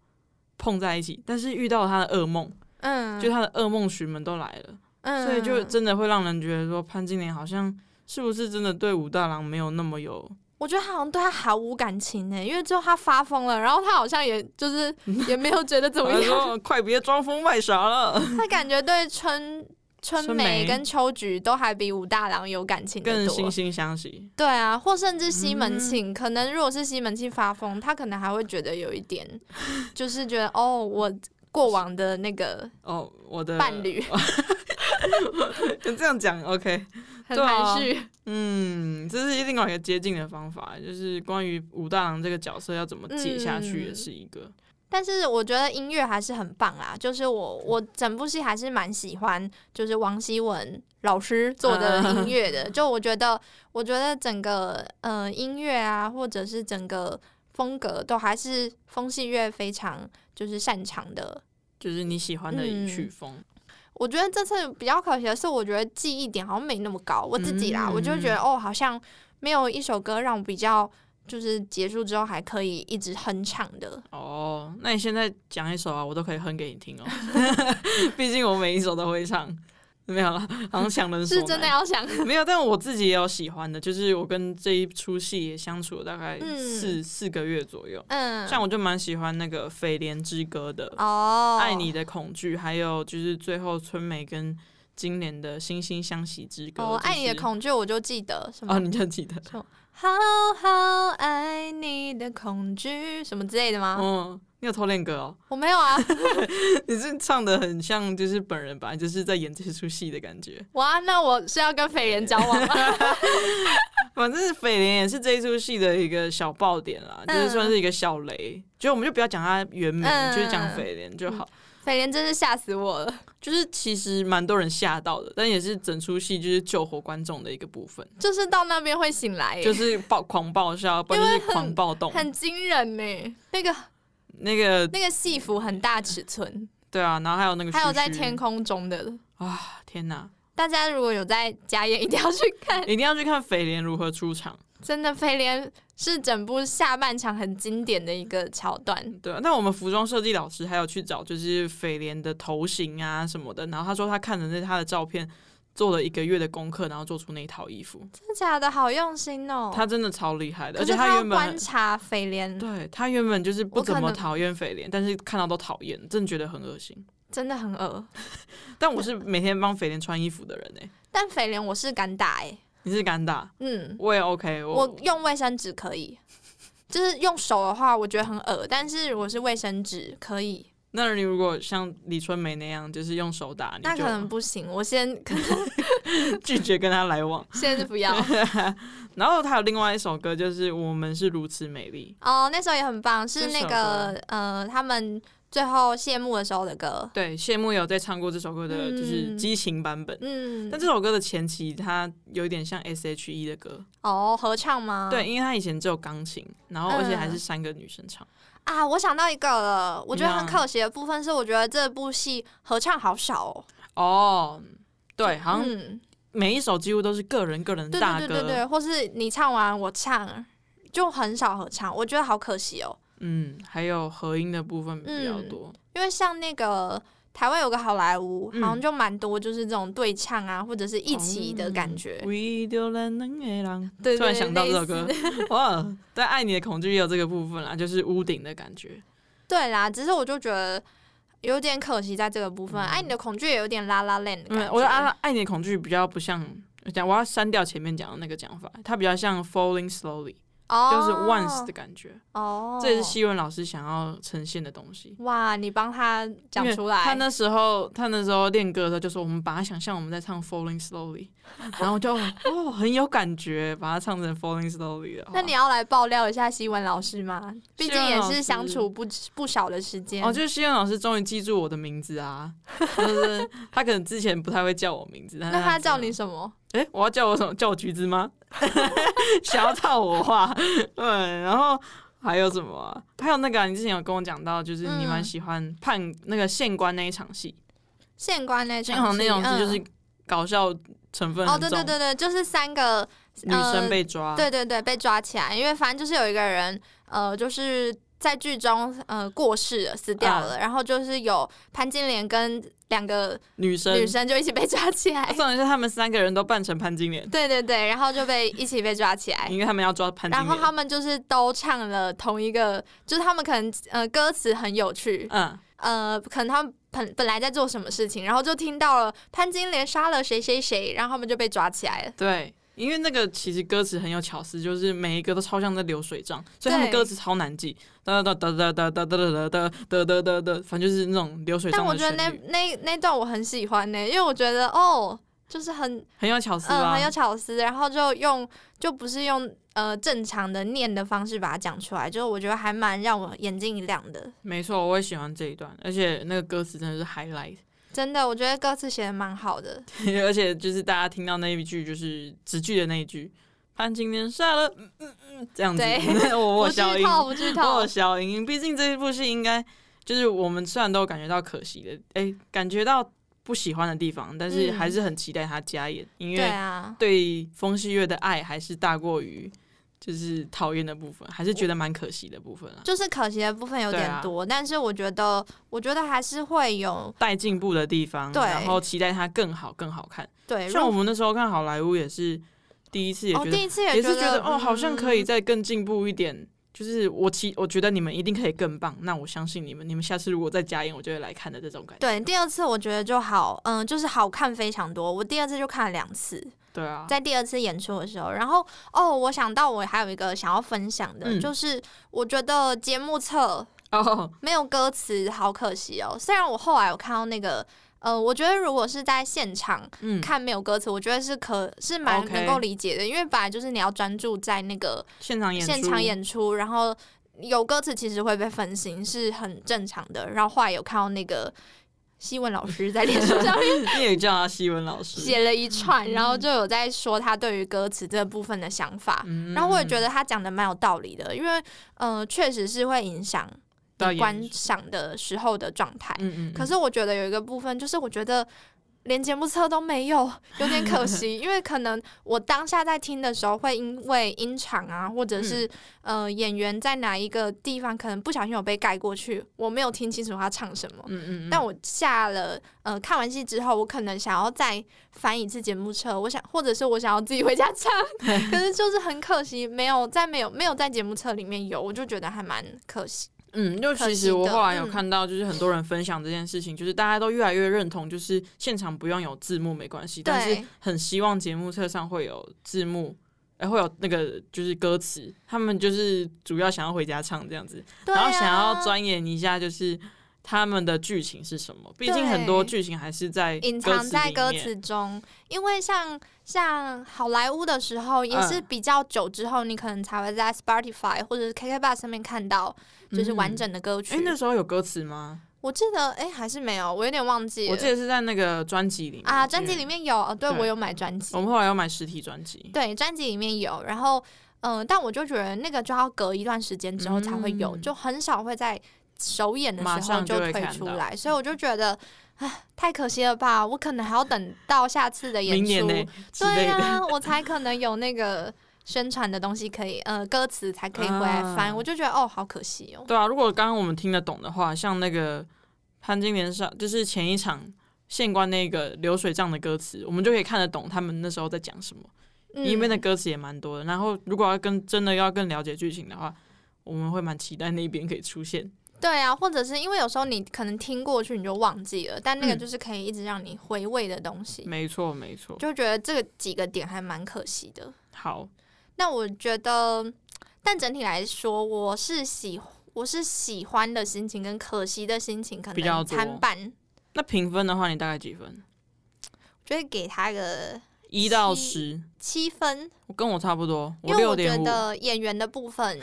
Speaker 2: 碰在一起，但是遇到了他的噩梦。
Speaker 1: 嗯，
Speaker 2: 就他的噩梦巡门都来了，
Speaker 1: 嗯，
Speaker 2: 所以就真的会让人觉得说潘金莲好像是不是真的对武大郎没有那么有，
Speaker 1: 我觉得他好像对他毫无感情呢，因为最后他发疯了，然后他好像也就是也没有觉得怎么
Speaker 2: 他
Speaker 1: 样，
Speaker 2: 说快别装疯卖 傻了，
Speaker 1: 他感觉对春春
Speaker 2: 春
Speaker 1: 梅
Speaker 2: 梅
Speaker 1: 跟秋菊都还比武大郎有感情得
Speaker 2: 更
Speaker 1: 多
Speaker 2: 惺惺相惜。
Speaker 1: 对啊，或甚至西
Speaker 2: 嗯
Speaker 1: 门庆，可能如果是西门庆发疯，他可能还会觉得有一 点，就是觉得哦，我过往的那个
Speaker 2: 哦，我的
Speaker 1: 伴侣，
Speaker 2: 这样讲 OK，
Speaker 1: 很
Speaker 2: 对啊
Speaker 1: 含蓄。
Speaker 2: 嗯，这是另外一个接近的方法，就是关于武大郎这个角色要怎么解下去，
Speaker 1: 嗯
Speaker 2: 也是一个。
Speaker 1: 但是我觉得音乐还是很棒啦，就是我我整部戏还是蛮喜欢，就是王希文老师做的
Speaker 2: 嗯
Speaker 1: 音乐的。就我觉得，我觉得整个呃音乐啊，或者是整个风格，都还是风戏乐非常就是擅长的
Speaker 2: 就是你喜欢的
Speaker 1: 嗯
Speaker 2: 曲风，
Speaker 1: 我觉得这次比较可惜的是，我觉得记忆点好像没那么高。我自己啦，
Speaker 2: 嗯
Speaker 1: 我就觉得哦，好像没有一首歌让我比较就是结束之后还可以一直哼唱的。
Speaker 2: 哦，那你现在讲一首啊，我都可以哼给你 听哦。毕竟我每一首都会唱，没有啦，好像想人所
Speaker 1: 是
Speaker 2: 难
Speaker 1: 真的要想，
Speaker 2: 没有，但我自己也有喜欢的，就是我跟这一出戏也相处了大概
Speaker 1: 嗯
Speaker 2: 四、四个月左右。
Speaker 1: 嗯，
Speaker 2: 像我就蛮喜欢那个《斐莲之歌》的，
Speaker 1: 哦，
Speaker 2: 爱你的恐惧》，还有就是最后春梅跟今年的《惺惺相惜之歌》
Speaker 1: 哦，爱你的
Speaker 2: 就是
Speaker 1: 恐惧，我就记得什么
Speaker 2: 哦，你就记得，
Speaker 1: 好好爱你的恐惧什么之类的吗？
Speaker 2: 嗯，你有偷练歌哦，
Speaker 1: 我没有啊，
Speaker 2: 你是唱的很像就是本人吧，就是在演这出戏的感觉。
Speaker 1: 哇，那我是要跟斐人交往 吗？
Speaker 2: 反正是斐莲也是这一出戏的一个小爆点啦，就是算是一个小雷，就我们就不要讲他原名，
Speaker 1: 嗯
Speaker 2: 就是讲斐莲就好。
Speaker 1: 斐人真是吓死我了，
Speaker 2: 就是其实蛮多人吓到的，但也是整出戏就是救活观众的一个部分，
Speaker 1: 就是到那边会醒来耶，
Speaker 2: 就是爆狂爆笑，不然就是狂暴动。
Speaker 1: 哎很惊人呢。那个
Speaker 2: 那个
Speaker 1: 那个戏服很大尺寸，
Speaker 2: 对啊，然后还有那个
Speaker 1: 还有
Speaker 2: 嘘
Speaker 1: 在
Speaker 2: 嘘
Speaker 1: 天空中的，
Speaker 2: 啊，天哪，
Speaker 1: 大家如果有在家宴，一定要去看。
Speaker 2: 一定要去看斐莲如何出场。
Speaker 1: 真的，飞廉是整部下半场很经典的一个桥段。
Speaker 2: 对、啊，那我们服装设计老师还有去找就是斐莲的头型啊什么的，然后他说他看的那他的照片。做了一个月的功课，然后做出那一套衣服，
Speaker 1: 真的假的？好用心哦！
Speaker 2: 他真的超厉害的，
Speaker 1: 可
Speaker 2: 而
Speaker 1: 是
Speaker 2: 且
Speaker 1: 他要
Speaker 2: 原本
Speaker 1: 观察飞廉，
Speaker 2: 对他原本就是
Speaker 1: 我
Speaker 2: 不
Speaker 1: 可
Speaker 2: 怎么
Speaker 1: 能
Speaker 2: 讨厌斐莲，但是看到都讨厌，真的觉得很恶心。
Speaker 1: 真的很恶。
Speaker 2: 但我是每天帮肥莲穿衣服的人哎、
Speaker 1: 但肥廉我是敢打哎、
Speaker 2: 你是敢打？
Speaker 1: 嗯，
Speaker 2: 我也 OK，我
Speaker 1: 我用卫生纸可以，就是用手的话我觉得很恶，但是如果是卫生纸可以，
Speaker 2: 那你如果像李春梅那样，就是用手打，你
Speaker 1: 那可能
Speaker 2: 就
Speaker 1: 不行，我先可能
Speaker 2: 拒绝跟他 来往。
Speaker 1: 先是不要。
Speaker 2: 然后他有另外一首歌，就是《我们是如此美丽
Speaker 1: 哦，那首也很棒，是
Speaker 2: 这
Speaker 1: 那
Speaker 2: 首
Speaker 1: 个呃，他们最后谢幕的时候的歌》。。
Speaker 2: 对，谢幕有在唱过这首歌的，就是
Speaker 1: 嗯
Speaker 2: 激情版本。
Speaker 1: 嗯
Speaker 2: 但，这首歌的前期，它有一点像 S.H.E 的歌，
Speaker 1: 哦，合唱吗？
Speaker 2: 对，因为他以前只有钢琴，然后而且还
Speaker 1: 嗯
Speaker 2: 是三个女生唱，
Speaker 1: 啊，我想到一个了，我觉得很
Speaker 2: 怎么样
Speaker 1: 可惜的部分是，我觉得这部戏合唱好少哦。
Speaker 2: 哦，对，好像
Speaker 1: 嗯，
Speaker 2: 每一首几乎都是个人个人
Speaker 1: 对
Speaker 2: 大
Speaker 1: 对对
Speaker 2: 歌，
Speaker 1: 对对，或是你唱完我唱，就很少合唱，我觉得好可惜哦。
Speaker 2: 嗯，还有合音的部分比较
Speaker 1: 嗯
Speaker 2: 多，
Speaker 1: 因为像那个台湾有个好莱坞，
Speaker 2: 嗯
Speaker 1: 好像就蛮多就是这种对唱啊，或者是一起的感觉。
Speaker 2: We 丢了能的人
Speaker 1: 对对
Speaker 2: 哦突然想到这首
Speaker 1: 类
Speaker 2: 歌
Speaker 1: 似，
Speaker 2: 哇！ 但《爱你的恐惧》也有这个部分啦，就是屋顶的感觉。
Speaker 1: 对啦，只是我就觉得有点可惜在这个部分。
Speaker 2: 嗯
Speaker 1: 哎、你的恐惧也有点拉拉链的感
Speaker 2: 嗯
Speaker 1: 觉。，
Speaker 2: 我觉得《爱你的恐惧》比较不像讲，我要删掉前面讲的那个讲法，它比较像 Falling Slowly，
Speaker 1: 哦，
Speaker 2: 就是 Once 的感觉。
Speaker 1: 哦，
Speaker 2: 这也是希文老师想要呈现的东西。
Speaker 1: 哇，你帮他讲出来，
Speaker 2: 他那时候，他那时候练歌的时候就说，我们把它想象我们在唱 Falling Slowly，然后我就哦很有感觉，把它唱成 Falling Slowly 的 话。
Speaker 1: 那你要来爆料一下希文老师吗？毕竟也
Speaker 2: 哦希文老
Speaker 1: 是
Speaker 2: 师
Speaker 1: 相处不不少的时间。
Speaker 2: 哦，就是希望老师终于记住我的名 字啊！就是他可能之前不太会叫我名字，但
Speaker 1: 那他
Speaker 2: 知道
Speaker 1: 叫你，什么？
Speaker 2: 哎、我要叫我什么？叫我橘子 吗？ 想要套我话，对，然后还有什么啊、还有那个啊、你之前有跟我讲到，就是你蛮
Speaker 1: 嗯
Speaker 2: 喜欢判那个县官那一场戏，
Speaker 1: 县官那
Speaker 2: 县
Speaker 1: 场
Speaker 2: 官
Speaker 1: 戏
Speaker 2: 那场戏
Speaker 1: 嗯
Speaker 2: 就是搞笑成分
Speaker 1: 哦，
Speaker 2: 很
Speaker 1: 对
Speaker 2: 重，
Speaker 1: 对对对，就是三个
Speaker 2: 女生被抓，
Speaker 1: 对对对被抓起来，因为反正就是有一个人呃，就是在剧中呃过世了，死掉
Speaker 2: 啊
Speaker 1: 了，然后就是有潘金莲跟两个
Speaker 2: 女生，
Speaker 1: 女生就一起被抓起来
Speaker 2: 啊，重点是他们三个人都扮成潘金莲，
Speaker 1: 对对对，然后就被一起被抓起来。
Speaker 2: 因为他们要抓潘金
Speaker 1: 然
Speaker 2: 莲，
Speaker 1: 后他们就是都唱了同一个，就是他们可能呃歌词很有趣，
Speaker 2: 嗯，
Speaker 1: 呃，可能他们本本来在做什么事情，然后就听到了潘金莲杀了谁谁谁，然后他们就被抓起来了。
Speaker 2: 对，因为那个其实歌词很有巧思，就是每一个都超像在流水账，所以他们
Speaker 1: 对
Speaker 2: 歌词超难记，哒哒哒哒哒哒哒哒哒哒哒哒哒，反正就是那种流水
Speaker 1: 但
Speaker 2: 账
Speaker 1: 我
Speaker 2: 的
Speaker 1: 觉得那
Speaker 2: 旋律。
Speaker 1: 那那段我很喜欢呢、因为我觉得哦，就是很
Speaker 2: 很有巧思啊
Speaker 1: 嗯、
Speaker 2: 吧？
Speaker 1: 很有巧思，然后就用就不是用呃正常的念的方式把它讲出来，就是我觉得还蛮让我眼睛一亮的。
Speaker 2: 没错，我也喜欢这一段，而且那个歌词真的是 highlight，
Speaker 1: 真的，我觉得歌词写的蛮好的，
Speaker 2: 而且就是大家听到那一句就是直句的那一句“潘金莲杀了”，嗯嗯嗯，这样子，
Speaker 1: 对
Speaker 2: 我我
Speaker 1: 不剧
Speaker 2: 消音，
Speaker 1: 透，不剧
Speaker 2: 我
Speaker 1: 透
Speaker 2: 有，消音，毕竟这一部戏应该就是我们虽然都感觉到可惜的，哎、感觉到不喜欢的地方，但是
Speaker 1: 嗯
Speaker 2: 还是很期待它加演，因
Speaker 1: 对
Speaker 2: 为
Speaker 1: 啊，
Speaker 2: 对风细月的爱还是大过于就是讨厌的部分，还是觉得蛮可惜的部分啊。
Speaker 1: 就是可惜的部分有
Speaker 2: 对
Speaker 1: 点
Speaker 2: 啊
Speaker 1: 多，但是我觉得，我觉得还是会有
Speaker 2: 带进步的地方，
Speaker 1: 对
Speaker 2: 然后期待它更好、更好看。
Speaker 1: 对，
Speaker 2: 像
Speaker 1: 如
Speaker 2: 我们那时候看好莱坞也是第一次，也
Speaker 1: 哦，
Speaker 2: 觉得、
Speaker 1: 第一次也
Speaker 2: 也是觉得哦，
Speaker 1: 嗯
Speaker 2: 好像可以再更进步一点。就是我期我觉得你们一定可以更棒，那我相信你们，你们下次如果再加演，我就会来看的这种感觉。
Speaker 1: 对，第二次我觉得就好，嗯，就是好看非常多。我第二次就看了两次，
Speaker 2: 对啊，
Speaker 1: 在第二次演出的时候，然后哦，我想到我还有一个想要分享的，
Speaker 2: 嗯
Speaker 1: 就是我觉得节目册
Speaker 2: 哦，
Speaker 1: 没有歌词，好可惜哦。虽然我后来有看到那个，呃，我觉得如果是在现场
Speaker 2: 嗯，
Speaker 1: 看没有歌词，我觉得是可是蛮
Speaker 2: OK
Speaker 1: 能够理解的，因为本来就是你要专注在那个
Speaker 2: 现场演出，
Speaker 1: 现场演出，然后有歌词其实会被分心，是很正常的。然后后来有看到那个希文老师在脸书上面
Speaker 2: 你也叫他希文老师，
Speaker 1: 写了一串，然后就有在说他对于歌词这部分的想法。
Speaker 2: 嗯
Speaker 1: 然后我也觉得他讲的蛮有道理的，因为呃，确实是会影响
Speaker 2: 到
Speaker 1: 你
Speaker 2: 演
Speaker 1: 观
Speaker 2: 出
Speaker 1: 赏的时候的状态。
Speaker 2: 嗯嗯，
Speaker 1: 可
Speaker 2: 是
Speaker 1: 是我觉得有一个部分，就是我觉得连节目册都没有，有点可 惜。因为可能我当下在听的时候，会因为音场啊，或者是、
Speaker 2: 嗯
Speaker 1: 呃演员在哪一个地方，可能不小心有被盖过去，我没有听清楚他唱什么。
Speaker 2: 嗯嗯，
Speaker 1: 但我下了呃看完戏之后，我可能想要再翻一次节目册，我想或者是我想要自己回家 唱，可是就是很可惜，没有在没有没有在节目册里面有，我就觉得还蛮可惜。
Speaker 2: 嗯，就
Speaker 1: 可
Speaker 2: 其
Speaker 1: 惜
Speaker 2: 实我
Speaker 1: 的
Speaker 2: 后来有
Speaker 1: 嗯
Speaker 2: 看到，就是很多人分享这件事情，就是大家都越来越认同，就是现场不用有字幕没关系，但是
Speaker 1: 对
Speaker 2: 很希望节目册上会有字幕。哎，会有那个就是歌词，他们就是主要想要回家唱这样子，
Speaker 1: 对、啊，
Speaker 2: 然后想要钻研一下就是他们的剧情是什么，毕竟很多
Speaker 1: 对
Speaker 2: 剧情还是在
Speaker 1: 隐
Speaker 2: 歌
Speaker 1: 藏
Speaker 2: 词
Speaker 1: 在
Speaker 2: 里
Speaker 1: 歌
Speaker 2: 面
Speaker 1: 词中，因为像像好莱坞的时候，也是
Speaker 2: 嗯
Speaker 1: 比较久之后，你可能才会在 Spotify 或者是 KKBox 上面看到，就是完
Speaker 2: 嗯
Speaker 1: 整的歌曲。
Speaker 2: 哎、那时候有歌词吗？
Speaker 1: 我记得，哎、还是没有，我有点忘记了。
Speaker 2: 我记得是在那个专辑里面
Speaker 1: 啊，专辑里
Speaker 2: 面。
Speaker 1: 面有，哦、对
Speaker 2: 对
Speaker 1: 我有买专辑
Speaker 2: 我，们后来要买实体专辑，
Speaker 1: 对，专辑里面有，然后。嗯，但我就觉得那个就要隔一段时间之后才会有，
Speaker 2: 嗯
Speaker 1: 就很少会在首演的
Speaker 2: 马
Speaker 1: 时候
Speaker 2: 上就会
Speaker 1: 推
Speaker 2: 看
Speaker 1: 出
Speaker 2: 到嗯
Speaker 1: 来，所以我就觉得，唉，太可惜了吧！我可能还要等到下次的演
Speaker 2: 明年
Speaker 1: 出，
Speaker 2: 呢、之类
Speaker 1: 对
Speaker 2: 的。
Speaker 1: 啊，我才可能有那个宣传的东西可以，呃，歌词才可以回来翻。
Speaker 2: 啊
Speaker 1: 我就觉得哦，好可惜哦。
Speaker 2: 对啊，如果刚刚我们听得懂的话，像那个潘金莲上，就是前一场县官那个流水账的歌词，我们就可以看得懂他们那时候在讲什么，
Speaker 1: 嗯
Speaker 2: 里面的歌词也蛮多的。然后如果要跟真的要更了解剧情的话，我们会蛮期待那边可以出现。
Speaker 1: 对啊，或者是因为有时候你可能听过去你就忘记了，但那个
Speaker 2: 嗯
Speaker 1: 就是可以一直让你回味的东西，
Speaker 2: 没错，没错。
Speaker 1: 就觉得这个几个点还蛮可惜的。
Speaker 2: 好，
Speaker 1: 那我觉得，但整体来说，我是喜我是喜欢的心情跟可惜的心情可
Speaker 2: 比较
Speaker 1: 能
Speaker 2: 多
Speaker 1: 参半，
Speaker 2: 那评分的话，你大概几分？
Speaker 1: 就会给他个
Speaker 2: 一到
Speaker 1: 七
Speaker 2: 十，
Speaker 1: 七分。
Speaker 2: 跟我差不多，
Speaker 1: 因为
Speaker 2: 我六
Speaker 1: 我觉
Speaker 2: 点五。
Speaker 1: 得演员的部分，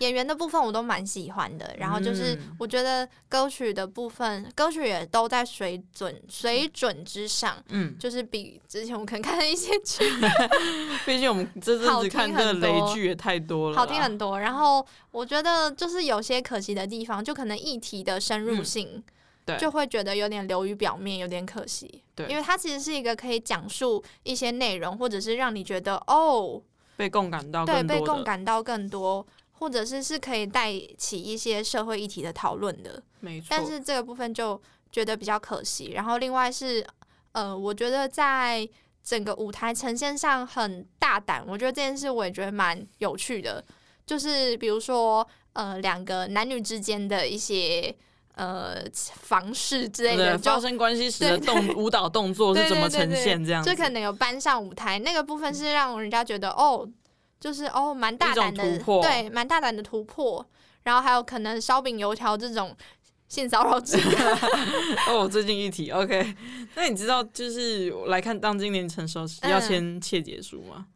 Speaker 1: 演员的部分我都蛮喜欢的。然后就是
Speaker 2: 嗯
Speaker 1: 我觉得歌曲的部分，歌曲也都在水准水准之上，
Speaker 2: 嗯，
Speaker 1: 就是比之前我可能看的 一些剧
Speaker 2: 毕竟我们这阵
Speaker 1: 好
Speaker 2: 子
Speaker 1: 听
Speaker 2: 看的
Speaker 1: 很多
Speaker 2: 雷剧也太多了啦，
Speaker 1: 好听很多。然后我觉得就是有些可惜的地方，就可能议题的深入性。
Speaker 2: 嗯对
Speaker 1: 就会觉得有点流于表面，有点可惜。
Speaker 2: 对
Speaker 1: 因为它其实是一个可以讲述一些内容，或者是让你觉得哦，
Speaker 2: 被共感到
Speaker 1: 对，
Speaker 2: 更
Speaker 1: 被
Speaker 2: 多
Speaker 1: 共
Speaker 2: 的，
Speaker 1: 感到更多，或者是是可以带起一些社会议题的讨论的。
Speaker 2: 没错。
Speaker 1: 但是这个部分就觉得比较可惜。然后另外是，呃，我觉得在整个舞台呈现上很大胆，我觉得这件事我也觉得蛮有趣的。就是比如说，呃，两个男女之间的一些呃房事之类的，
Speaker 2: 对，
Speaker 1: 就
Speaker 2: 发生关系时
Speaker 1: 对
Speaker 2: 的动 舞蹈动作
Speaker 1: 对
Speaker 2: 是怎么
Speaker 1: 对对
Speaker 2: 呈现这样子，嗯
Speaker 1: 就可能有搬上舞台，那个部分是让人家觉得哦，就是哦，蛮大胆的
Speaker 2: 一种突，破
Speaker 1: 对，蛮大胆的突破。然后还有可能烧饼油条这种性骚扰指 南。
Speaker 2: 哦，我最近一题，OK。那 你知道就是来看《当今年成熟时》要先切结书吗？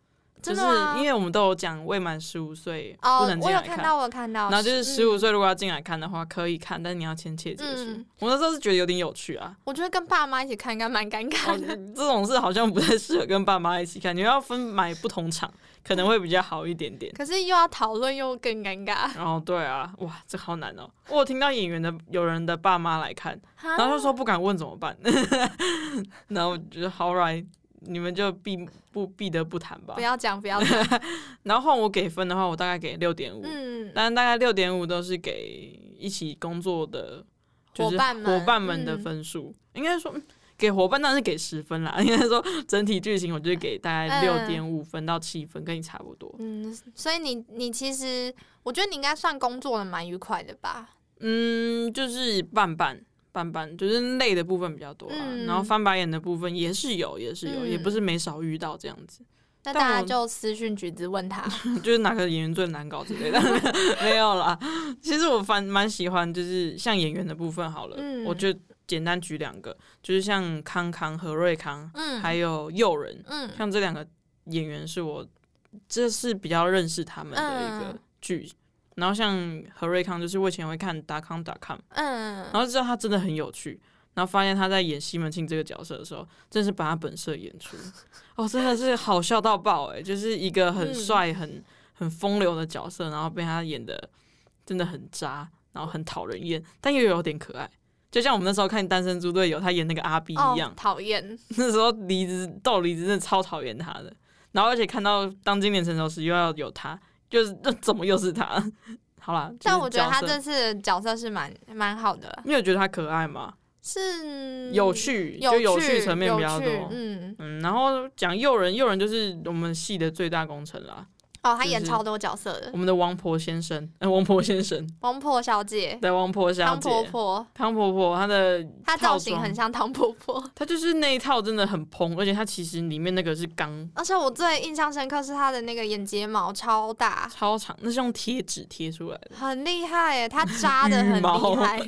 Speaker 2: 就
Speaker 1: 嗯真
Speaker 2: 是
Speaker 1: 的吗
Speaker 2: 因为我们都有讲未满十五岁不
Speaker 1: 哦
Speaker 2: 能，进
Speaker 1: 我有
Speaker 2: 来
Speaker 1: 看到，我有看到。
Speaker 2: 然后就是十五
Speaker 1: 嗯，
Speaker 2: 岁如果要进来看的话，可以看，但你要先切结束。
Speaker 1: 嗯
Speaker 2: 我那时候是觉得有点有趣啊，
Speaker 1: 我觉得跟爸妈一起看应该蛮
Speaker 2: 哦
Speaker 1: 尴尬的。
Speaker 2: 这种事好像不太适合跟爸妈一起看，你要分买不同场，可能会比较好一点 点。
Speaker 1: 可是又要讨论，又更尴 尬。
Speaker 2: 然后对啊，哇，这好难哦！我有听到演员的有人的爸妈来看，
Speaker 1: 啊
Speaker 2: 然后就说不敢问怎么办， 然后我就说 All right，你们就必不必得不谈吧
Speaker 1: 不。要讲，不要讲。
Speaker 2: 然后换我给分的话，我大概给六点五，
Speaker 1: 嗯，
Speaker 2: 但大概六点五都是给一起工作的，就是
Speaker 1: 伙伴们
Speaker 2: 伙伴们的
Speaker 1: 嗯
Speaker 2: 分数，应该说嗯给伙伴当然是给十分啦，应 该说整体剧情我就给大概六点五分到七分，跟你差不多。
Speaker 1: 嗯，所以你你其实，我觉得你应该算工作的蛮愉快的吧？
Speaker 2: 嗯，就是半半半半，就是累的部分比较多啦，
Speaker 1: 嗯
Speaker 2: 然后翻白眼的部分也是有，也是有，
Speaker 1: 嗯
Speaker 2: 也不是没少遇到这样子。
Speaker 1: 那
Speaker 2: 但
Speaker 1: 大家
Speaker 2: 我
Speaker 1: 就私讯橘子问 他，
Speaker 2: 就是哪个演员最难搞之类的， 没有啦。其实我反蛮喜欢，就是像演员的部分好了，
Speaker 1: 嗯
Speaker 2: 我就简单举两个，就是像康康和瑞康，
Speaker 1: 嗯，
Speaker 2: 还有诱人，
Speaker 1: 嗯
Speaker 2: 像这两个演员是我这是比较认识他们的一个
Speaker 1: 嗯
Speaker 2: 剧。然后像何瑞康，就是我以前会看达康达康，
Speaker 1: 嗯
Speaker 2: 然，后知道他真的很有趣，然后发现他在演西门庆这个角色的时候，真是把他本色演出，哦，真的是好笑到爆哎、就是一个很
Speaker 1: 嗯
Speaker 2: 帅、很很风流的角色，然后被他演的真的很渣，然后很讨人厌，但又有点可爱。就像我们那时候看《单身猪队友》，他演那个阿 B 一样
Speaker 1: 哦，，讨厌，
Speaker 2: 那时候梨子豆梨子真的超讨厌他的，然后而且看到当今年成熟时又要有他，就是这怎么又是他？ 好啦，就是
Speaker 1: 但我觉得他
Speaker 2: 角色
Speaker 1: 这次的角色是蛮蛮好的，
Speaker 2: 你有觉得他可爱吗？
Speaker 1: 是嗯
Speaker 2: 有，趣，
Speaker 1: 有
Speaker 2: 就有趣层面比
Speaker 1: 有
Speaker 2: 较多
Speaker 1: 趣。嗯，
Speaker 2: 嗯，然后讲诱人，诱人就是我们系的最大功臣啦。
Speaker 1: 哦，他
Speaker 2: 就
Speaker 1: 演
Speaker 2: 是
Speaker 1: 超多角色的
Speaker 2: 我，们的王婆先生，呃，王婆 先生，
Speaker 1: 王婆小姐、
Speaker 2: 对，王婆小
Speaker 1: 汤
Speaker 2: 姐，
Speaker 1: 婆婆，
Speaker 2: 汤婆婆，她的
Speaker 1: 她
Speaker 2: 套
Speaker 1: 造型
Speaker 2: 装
Speaker 1: 很，像汤婆婆。
Speaker 2: 她就是那一套真的很蓬，而且她其实里面那个是钢
Speaker 1: 而且我最印象深刻是她的那个眼睫毛超大，
Speaker 2: 超长，那是用贴纸贴出来的。
Speaker 1: 很厉害耶，她扎的很
Speaker 2: 羽毛
Speaker 1: 厉害。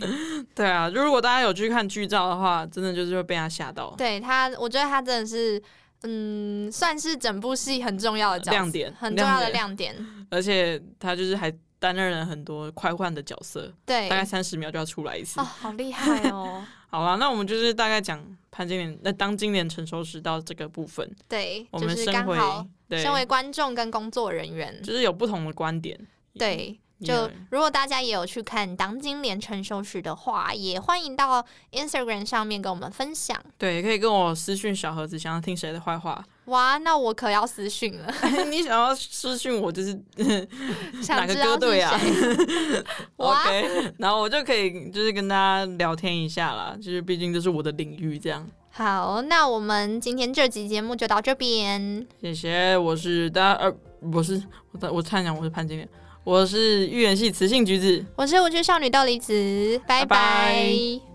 Speaker 2: 对啊，如果大家有去看剧照的话，真的就是会被她吓到。
Speaker 1: 对她，我觉得她真的是，嗯，算是整部戏很重要的角色
Speaker 2: 亮点
Speaker 1: 很重要的
Speaker 2: 亮
Speaker 1: 亮点。
Speaker 2: 而且她就是还担任了很多快换的角色，
Speaker 1: 对
Speaker 2: 大，概三十秒就要出来一次
Speaker 1: 哦，。好厉害哦。
Speaker 2: 好啦，那我们就是大概讲潘金莲，那当金莲成熟时到这个部分，
Speaker 1: 对，
Speaker 2: 我
Speaker 1: 就
Speaker 2: 们
Speaker 1: 是
Speaker 2: 身
Speaker 1: 刚
Speaker 2: 为
Speaker 1: 好
Speaker 2: 对，
Speaker 1: 身为观众跟工作人员，
Speaker 2: 就是有不同的观点，
Speaker 1: 对。
Speaker 2: 也
Speaker 1: 就如果大家也有去看《当今连成熟时》的话，也欢迎到 Instagram 上面跟我们分享。
Speaker 2: 对，也可以跟我私讯小盒子，想要听谁的 坏话，
Speaker 1: 哇，那我可要私讯 了，
Speaker 2: 你想要私讯我就是
Speaker 1: 想知
Speaker 2: 个
Speaker 1: 道
Speaker 2: 歌队啊
Speaker 1: 是谁？ 哇
Speaker 2: OK，然 后我就可以就是跟大家聊天一下啦，就是毕竟这是我的领域，这样。
Speaker 1: 好，那我们今天这集节目就到这边。
Speaker 2: 谢谢，我是大家呃，我是我在我猜想我是潘金莲，我是预言系雌性橘子。
Speaker 1: 我是无趣少女豆梨子，拜
Speaker 2: 拜拜
Speaker 1: 拜